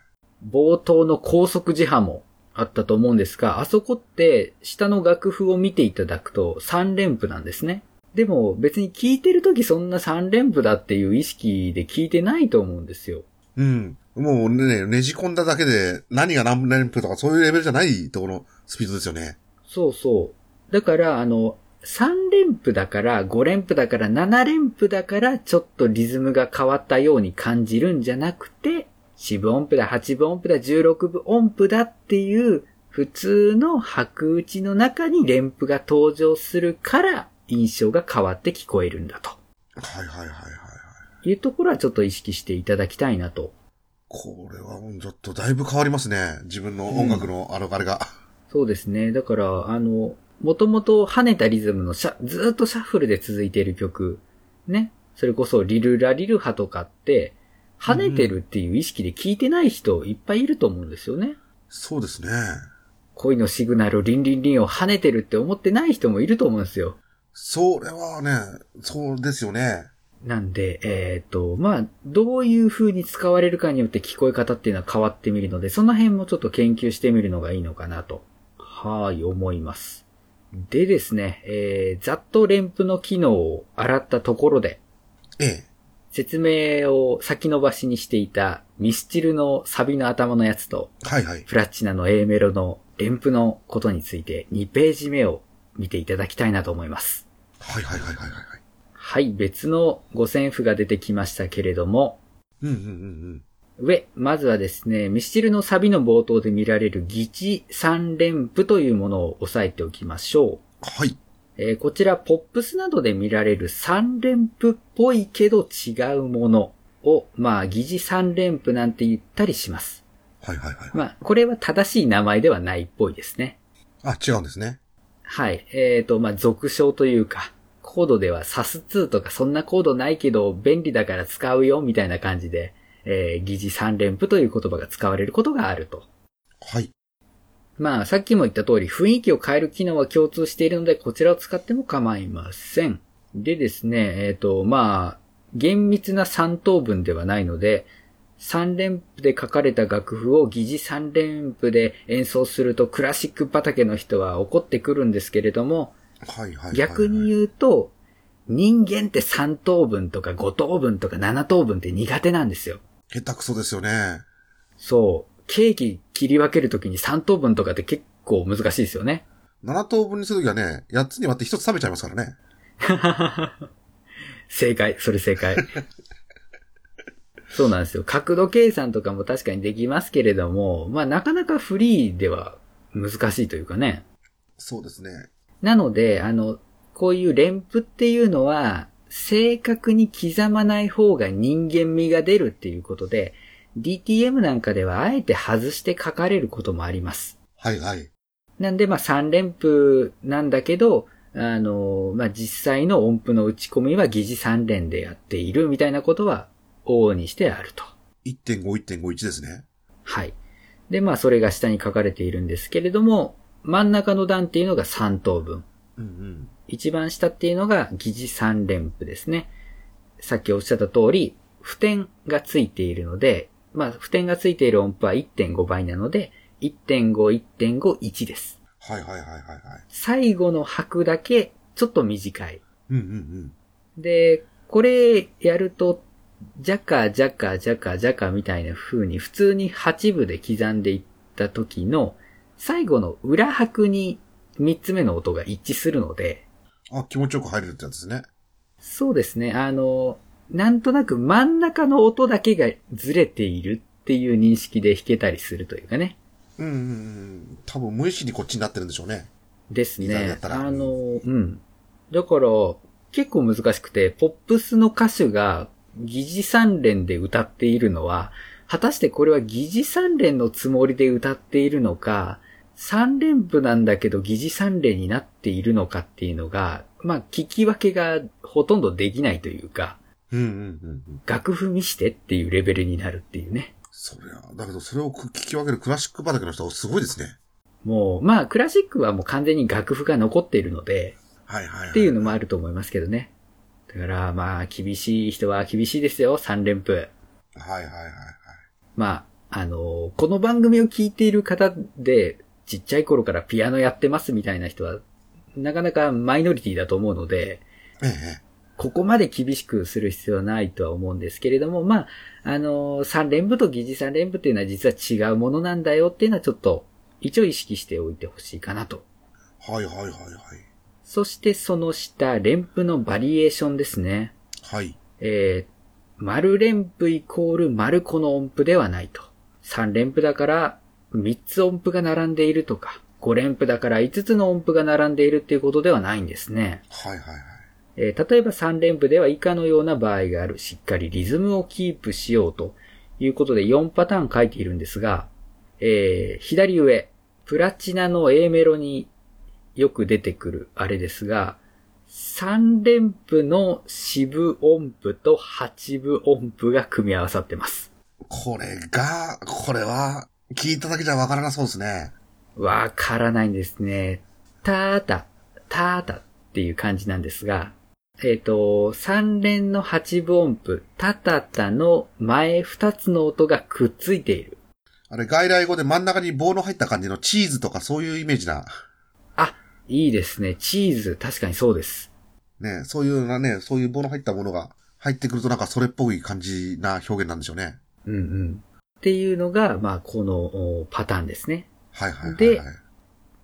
冒頭の高速自波もあったと思うんですが、あそこって下の楽譜を見ていただくと3連符なんですね。でも別に聴いてるときそんな3連符だっていう意識で聴いてないと思うんですよ。うん。もうね、ねじ込んだだけで何が何連符とかそういうレベルじゃないところのスピードですよね。そうそう。だからあの、3連符だから5連符だから7連符だからちょっとリズムが変わったように感じるんじゃなくて、四分音符だ、八分音符だ、十六分音符だっていう、普通の白打ちの中に連符が登場するから、印象が変わって聞こえるんだと。はいはいはいはい。はいいうところはちょっと意識していただきたいなと。これはもうちょっとだいぶ変わりますね。自分の音楽のあのあれが。そうですね。だから、あの、もともと跳ねたリズムのシャ、ずーっとシャッフルで続いている曲、ね。それこそ、リルラリルハとかって、跳ねてるっていう意識で聞いてない人いっぱいいると思うんですよね。そうですね。恋のシグナル、リンリンリンを跳ねてるって思ってない人もいると思うんですよ。それはね、そうですよね。なんで、えっ、と、まあ、どういう風に使われるかによって聞こえ方っていうのは変わってみるので、その辺もちょっと研究してみるのがいいのかなと、はい、思います。でですね、えー、ざっと連符の機能を洗ったところで、ええ。説明を先延ばしにしていたミスチルのサビの頭のやつと、はいはい。プラチナの A メロの連符のことについて2ページ目を見ていただきたいなと思います。はいはいはいはいはいはい。はい、別の五線譜が出てきましたけれども、うんうんうん上、まずはですね、ミスチルのサビの冒頭で見られる疑似三連符というものを押さえておきましょうん。はい。う。えーこちら、ポップスなどで見られる三連符っぽいけど違うものを、まあ、疑似三連符なんて言ったりします。はいはいはい。まあ、これは正しい名前ではないっぽいですね。あ、違うんですね。はい。えっ、と、まあ、俗称というか、コードでは SAS2 とかそんなコードないけど便利だから使うよみたいな感じで、えー、疑似三連符という言葉が使われることがあると。はい。まあ、さっきも言った通り、雰囲気を変える機能は共通しているので、こちらを使っても構いません。でですね、えっ、と、まあ、厳密な三等分ではないので、三連符で書かれた楽譜を疑似三連符で演奏するとクラシック畑の人は怒ってくるんですけれども、はいはいはいはい。逆にう。言うと、人間って3等分とか5等分とか7等分って苦手なんですよ。下手くそですよね。そう。ケーキ切り分けるときに3等分とかって結構難しいですよね。 7等分にするときはね、8つに割って1つ食べちゃいますからね。 正解。それ正解。そうなんですよ。角度計算とかも確かにできますけれども、まあなかなかフリーでは難しいというかね。そうですね。なので、あの、こういう連符っていうのは、正確に刻まない方が人間味が出るっていうことで、DTM なんかではあえて外して書かれることもあります。はいはい。なんで、まあ、3連符なんだけど、あの、まあ、実際の音符の打ち込みは疑似3連でやっているみたいなことは、往々にしてあると。 1.5、1.51ですね。はい。で、まあそれが下に書かれているんですけれども、真ん中の段っていうのが3等分。うんうん。一番下っていうのが疑似三連符ですね。さっきおっしゃった通り、付点がついているので、まあ、付点がついている音符は1.5倍なので、1.5、1.5、1です。はいはいはいはいはい。最後の拍だけ、ちょっと短い。うんうんで、これやると、ジャカジャカジャカジャカみたいな風に普通に8部で刻んでいった時の最後の裏拍に3つ目の音が一致するので、うん。あ、気持ちよく入れるってやつですね。そうですね、あの、なんとなく真ん中の音だけがずれているっていう認識で弾けたりするというかね。うんうんうん。多分無意識にこっちになってるんでしょうね。ですギターだねっ。たらあの、うん。だから、結構難しくて、ポップスの歌手が疑似三連で歌っているのは、果たしてこれは疑似三連のつもりで歌っているのか、三連符なんだけど疑似三連になっているのかっていうのが、まあ聞き分けがほとんどできないというか、うんうんうんうん。楽譜見してっていうレベルになるっていうね。そりゃ、だけどそれを聞き分けるクラシック畑の人はすごいですね。もう、まあクラシックはもう完全に楽譜が残っているので、はいはいはい。っていうのもあると思いますけどね。だから、まあ、厳しい人は厳しいですよ、3連符。はいはいはいはい。まあ、あのーこの番組を聞いている方で、ちっちゃい頃からピアノやってますみたいな人は、なかなかマイノリティだと思うので、ええ。ここまで厳しくする必要はないとは思うんですけれども、まあ、あのー、3連符と疑似3連符っていうのは実は違うものなんだよっていうのはちょっと、一応意識しておいてほしいかなと。はいはいはいはい。そしてその下、連符のバリエーションですね。はい。えー、丸連符イコール丸この音符ではないと。3連符だから3つ音符が並んでいるとか、5連符だから5つの音符が並んでいるっていうことではないんですね。はいはいはい。えー例えば3連符では以下のような場合がある。しっかりリズムをキープしようということで4パターン書いているんですが、えー左上、プラチナの A メロによく出てくるあれですが、3連符の四分音符と八分音符が組み合わさってます。これが、これは、聞いただけじゃわからなそうですね。わからないんですね。たーた、たーたっていう感じなんですが、えっ、と、三連の八分音符、たたたの前二つの音がくっついている。あれ、外来語で真ん中に棒の入った感じのチーズとかそういうイメージな、あ、いいですね。チーズ、確かにそうです。ね、そういうなね、そういう棒の入ったものが入ってくるとなんかそれっぽい感じな表現なんでしょうね。うんうん。っていうのが、まあ、このおパターンですね。はいはいはい、はい。で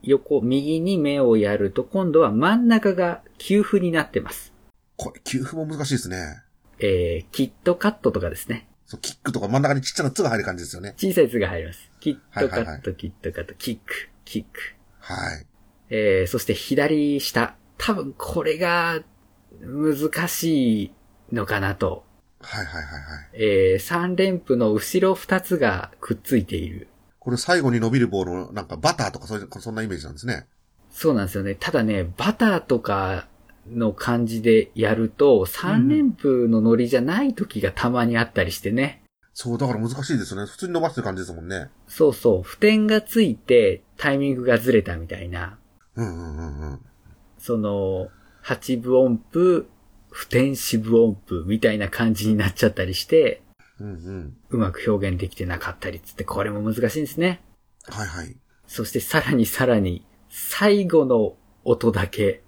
横、右に目をやると、今度は真ん中が休符になってます。これ、給付も難しいですね。えー、キットカットとかですね。そう、キックとか真ん中にちっちゃな「つ」が入る感じですよね。小さい図が入ります。キットカはいはいッはト、キットカット、キック、キック。はい。えー、そして左下。多分これが難しいのかなと。はいはいはいはい。えー、三連符の後ろ二つがくっついている。これ最後に伸びる棒のなんかバターとかそういう、そんなイメージなんですね。そうなんですよね。ただね、バターとかの感じでやると、三連符のノリじゃない時がたまにあったりしてね。そう、だから難しいですよね。普通に伸ばしてる感じですもんね。そうそう、付点がついてタイミングがずれたみたいな。うんうんうんうん。その、八分音符、不転四分音符みたいな感じになっちゃったりして、うんうん。うまく表現できてなかったりつって、これも難しいんですね。はいはい。そしてさらにさらに、最後の音だけ、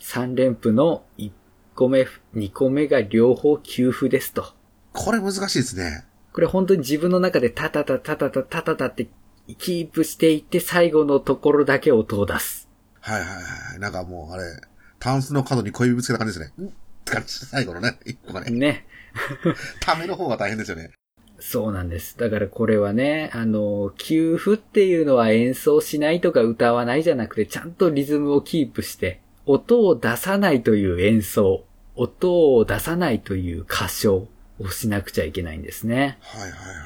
3連符の1個目、2個目が両方休符ですと。これ難しいですね。これ本当に自分の中でタタタタタタタタタってキープしていって最後のところだけ音を出す。はいはいはい。なんかもうあれ、タンスの角に小指ぶつけた感じですね。うんって感じで最後のね、一個がね。ね。ための方が大変ですよね。そうなんです。だからこれはね、あの、休符っていうのは演奏しないとか歌わないじゃなくて、ちゃんとリズムをキープして、音を出さないという演奏、音を出さないという歌唱をしなくちゃいけないんですね。はいはいはいはい。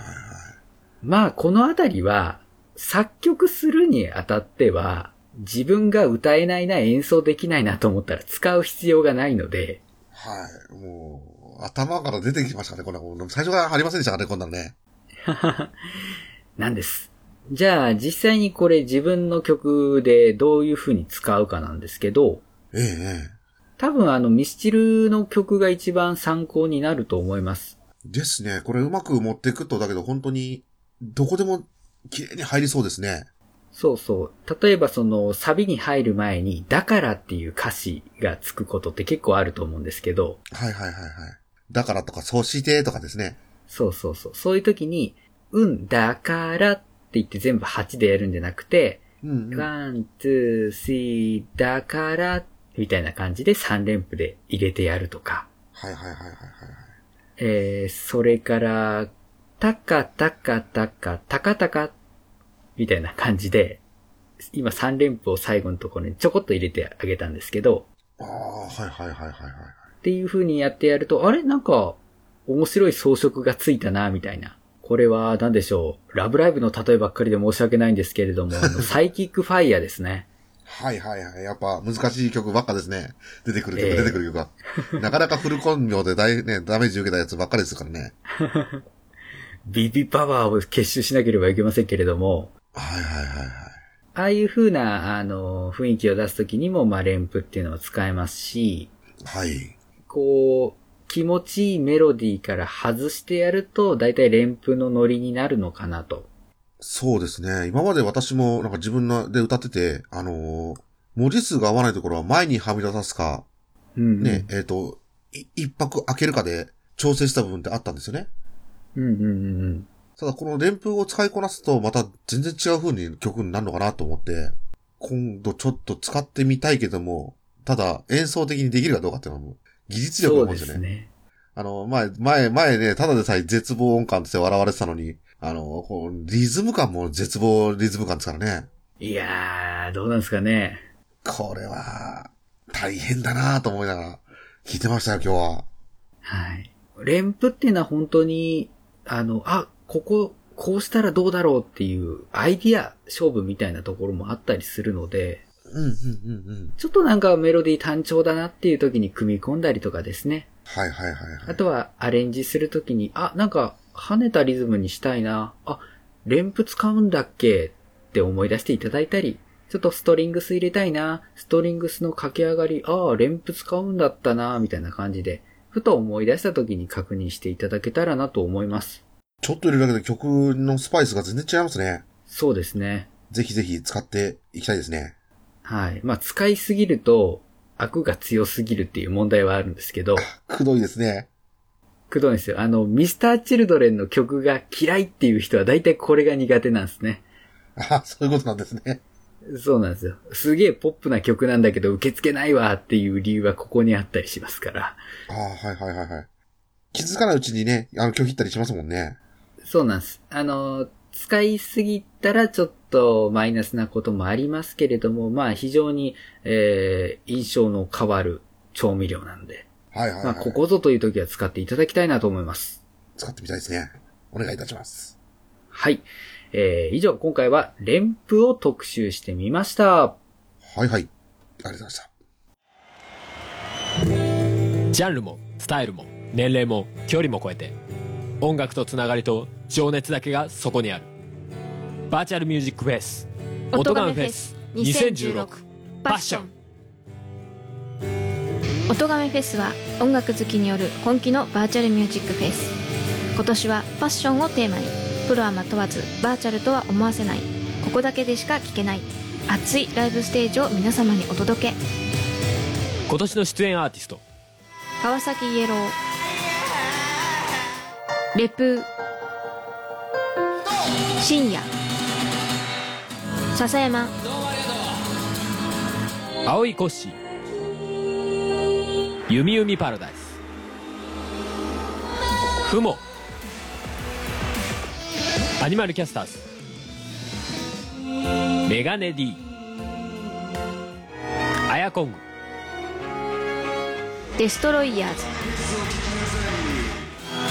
まあ、このあたりは、作曲するにあたっては、自分が歌えないな、演奏できないなと思ったら使う必要がないので、はい。もう、頭から出てきましたね、こんなもん。最初からありませんでしたからね、こんなのね。なんです。じゃあ実際にこれ自分の曲でどういう風に使うかなんですけど、ええ、え多分あのミスチルの曲が一番参考になると思います。え。ですね。これうまく持っていくと、だけど本当に、どこでも綺麗に入りそうですね。そうそう。例えばそのサビに入る前に、だからっていう歌詞がつくことって結構あると思うんですけど、はいはいはいはい。だからとか、そうしてとかですね。そうそうそう。そういう時に、うん、だからって言って全部8でやるんじゃなくて、うん、うん。はワン、ツー、スリー、だから、みたいな感じで3連符で入れてやるとか、いはいはいはいはいはい。えー、それから、たかたかたか、たかたか、みたいな感じで、今3連符を最後のところにちょこっと入れてあげたんですけど、ああ、はいはいはいはいはい。っていう風にやってやると、あれなんか、面白い装飾がついたな、みたいな。これは何でしょう。ラブライブの例えばっかりで申し訳ないんですけれども、あのサイキックファイヤーですね。はいはいはい。やっぱ難しい曲ばっかですね。出てくる曲、ええ出てくる曲が。なかなかフルコンビで大、ね、ダメージ受けたやつばっかりですからね。ビビパワーを結集しなければいけませんけれども、はいはいはいはい。ああいう風な、あの、雰囲気を出すときにも、まあ、連符っていうのを使えますし、はい。こう、気持ちいいメロディーから外してやると、だいたい連符のノリになるのかなと。そうですね。今まで私もなんか自分ので歌ってて、あのー文字数が合わないところは前にはみ出さすか、うん、うん。ね、えっ、と、い一泊開けるかで調整した部分ってあったんですよね。うんうんうんうん。ただこの連符を使いこなすとまた全然違う風に曲になるのかなと思って、今度ちょっと使ってみたいけども、ただ演奏的にできるかどうかっていうのはもう技術力そのうもんでですよすね。ね。あの、前、前、前ね、ただでさえ絶望音感として笑われてたのに、あの、こうリズム感も絶望リズム感ですからね。いやー、どうなんですかね。これは、大変だなと思いながら、聞いてましたよ、今日は。はい。連符っていうのは本当に、あの、あ、ここ、こうしたらどうだろうっていうアイディア勝負みたいなところもあったりするので、うん、うん、うん、うん。ちょっとなんかメロディー単調だなっていう時に組み込んだりとかですね。はい、はい、はい、はい。あとはアレンジするときに、あ、なんか跳ねたリズムにしたいな。あ、連符使うんだっけって思い出していただいたり、ちょっとストリングス入れたいな。ストリングスの駆け上がり、ああ、連符使うんだったな、みたいな感じで、ふと思い出したときに確認していただけたらなと思います。ちょっと入れるだけで曲のスパイスが全然違いますね。そうですね。ぜひぜひ使っていきたいですね。はい。まあ、使いすぎると、悪が強すぎるっていう問題はあるんですけど、くどいですね。くどいんですよ。あの、ミスターチルドレンの曲が嫌いっていう人は大体これが苦手なんですね。あそういうことなんですね。そうなんですよ。すげえポップな曲なんだけど受け付けないわっていう理由はここにあったりしますから。ああ、はいはいはいはい。気づかないうちにね、あの、拒否ったりしますもんね。そうなんです。あの、使いすぎたらちょっとマイナスなこともありますけれども、まあ非常に、えー印象の変わる調味料なんで、はいはい、はい。まあここぞという時は使っていただきたいなと思います。使ってみたいですね。お願いいたします。はい。えー以上、今回は連符を特集してみました。はいはい。ありがとうございました。ジャンルもスタイルも年齢も距離も超えて音楽とつながりと情熱だけがそこにあるバーチャルミュージックフェス音ガンフェス2016パッション音ガメフェスは音楽好きによる本気のバーチャルミュージックフェス今年はパッションをテーマにプロアマ問わずバーチャルとは思わせないここだけでしか聴けない熱いライブステージを皆様にお届け今年の出演アーティスト川崎イエローレプー深夜笹山青いコッシー弓弓パラダイスふもアニマルキャスターズメガネ D アヤコングデストロイヤーズ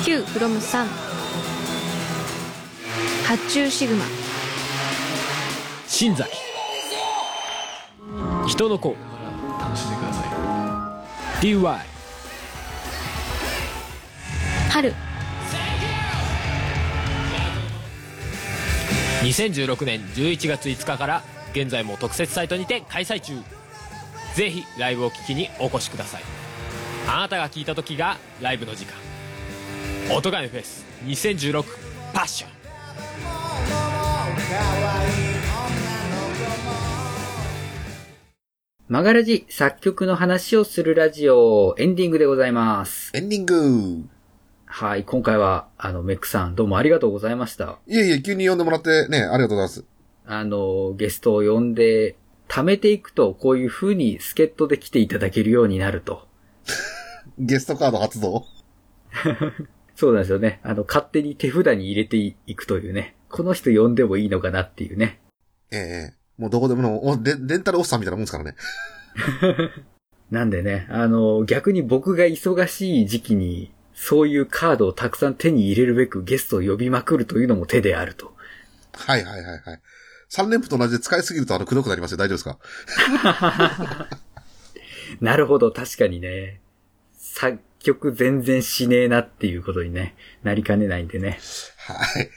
Q フロム3発注シグマ新崎人の子 DY 春2016年11月5日から現在も特設サイトにて開催中ぜひライブを聞きにお越しくださいあなたが聞いた時がライブの時間「音ガメフェス2016パッション」マガラジ作曲の話をするラジオエンディングでございます。エンディングはい、今回は、あの、メックさんどうもありがとうございました。いえいえ、急に呼んでもらってね、ありがとうございます。あの、ゲストを呼んで、貯めていくと、こういう風に助っ人で来ていただけるようになると。ゲストカード発動そうなんですよね。あの、勝手に手札に入れていくというね。この人呼んでもいいのかなっていうね。ええええもうどこでもの、おレレンタルおっさんみたいなもんですからね。なんでね、あの、逆に僕が忙しい時期に、そういうカードをたくさん手に入れるべくゲストを呼びまくるというのも手であると。はいはいはいはい。三連符と同じで使いすぎるとあの、くどくなりますよ。大丈夫ですかなるほど、確かにね。作曲全然しねえなっていうことにね、なりかねないんでね。はい。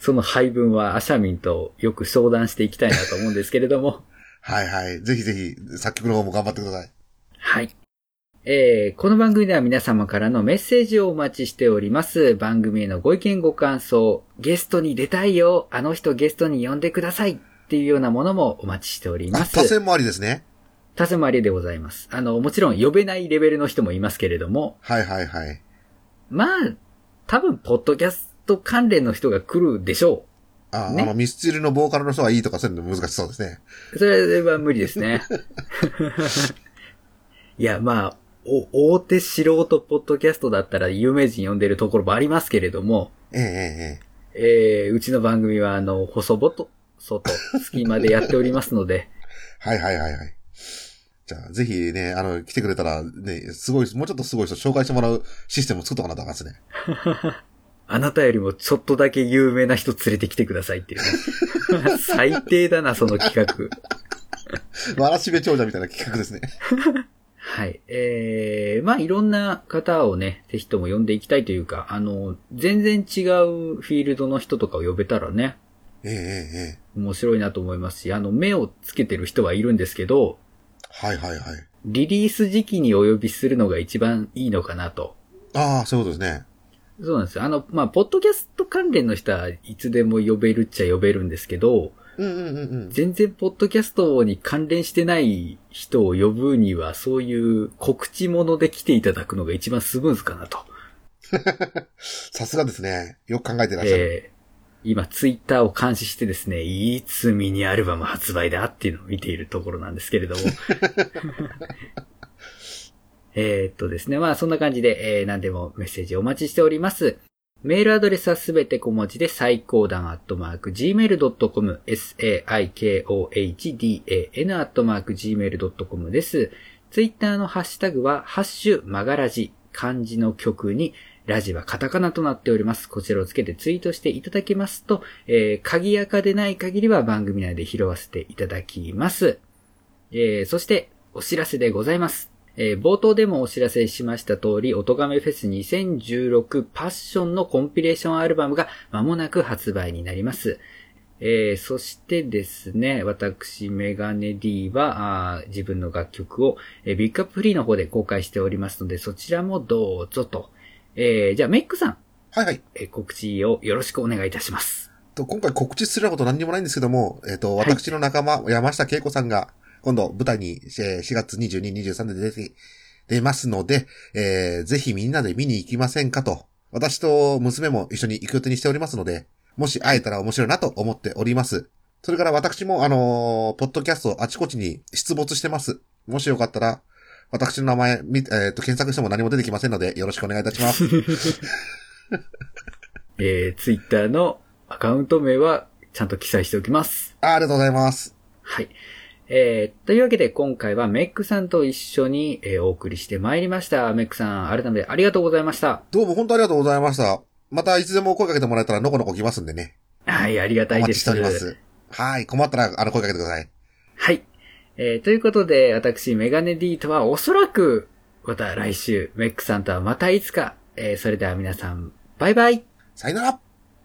その配分はアシャミンとよく相談していきたいなと思うんですけれども。はいはい。ぜひぜひ、作曲の方も頑張ってください。 はい。えー、この番組では皆様からのメッセージをお待ちしております。番組へのご意見ご感想、ゲストに出たいよ、あの人ゲストに呼んでくださいっていうようなものもお待ちしておりまあ、す。多選もありですね。多世もありでございます。あの、もちろん呼べないレベルの人もいますけれども、はいはいはい。まあ、多分、ポッドキャスト関連の人が来るでしょあ、ねあの、ミスチルのボーカルの人はいいとかそういうの難しそうですね。う。それは無理ですね。いや、まあ、お大手素人ポッドキャストだったら有名人呼んでるところもありますけれども、ええええええー、うちの番組は、あの、細々と、外、隙間でやっておりますので、 えはいはいはいはい。じゃあ、ぜひね、あの、来てくれたら、ね、すごい、もうちょっとすごい人紹介してもらうシステムを作っとかなとあかんですね。あなたよりもちょっとだけ有名な人連れてきてくださいっていうね。 最低だな、その企画。わらしべ長者みたいな企画ですね。はい。えー、まあいろんな方をね、ぜひとも呼んでいきたいというか、あの、全然違うフィールドの人とかを呼べたらね、ええええええ面白いなと思いますし、あの、目をつけてる人はいるんですけど、はいはいはい。リリース時期にお呼びするのが一番いいのかなと。ああ、そういうことですね。そうなんですよ。あの、まあ、ポッドキャスト関連の人はいつでも呼べるっちゃ呼べるんですけど、うんうんうんうん。全然ポッドキャストに関連してない人を呼ぶには、そういう告知物で来ていただくのが一番スムーズかなと。さすがですね。よく考えてらっしゃる。えー今、ツイッターを監視してですね、いつミニアルバム発売だっていうのを見ているところなんですけ れども。えーっとですね、まあそんな感じで、えー何でもメッセージお待ちしております。メールアドレスはすべて小文字で最高段アットマーク gmail.com saikohdan アットマーク gmail.com です。ツイッターのハッシュタグは、ハッシュマガラジ、漢字の曲に、ラジはカタカナとなっております。こちらをつけてツイートしていただけますと、えー、鍵垢でない限りは番組内で拾わせていただきます。えー、そして、お知らせでございます。えー、冒頭でもお知らせしました通り、おとがめフェス2016パッションのコンピレーションアルバムが間もなく発売になります。えーそしてですね、私、メガネ D は、あー自分の楽曲を、えービッグアップフリーの方で公開しておりますので、そちらもどうぞと。えーじゃあ、メックさん、はいはい。えー告知をよろしくお願いいたします。と今回告知するようなこと何にもないんですけども、えっ、と、私の仲間、山下恵子さんが、今度舞台にえー4月22、23で出て、出ますので、えーぜひみんなで見に行きませんかと。私と娘も一緒に行く予定にしておりますので、もし会えたら面白いなと思っております。それから私も、あのーポッドキャストあちこちに出没してます。もしよかったら、私の名前、みえっ、と、検索しても何も出てきませんので、よろしくお願いいたします。えー、ツイッターのアカウント名はちゃんと記載しておきます。あありがとうございます。はい。えーというわけで今回はメックさんと一緒に、えーお送りしてまいりました。メックさん、改めてありがとうございました。どうも本当ありがとうございました。またいつでも声かけてもらえたらのこのこ来ますんでね。はい、ありがおたい待でちす。しております。はい。困ったら、あの、声かけてください。はい。えーということで、私、メガネ D とはおそらく、また来週、メックさんとはまたいつか。えーそれでは皆さん、バイバイさよなら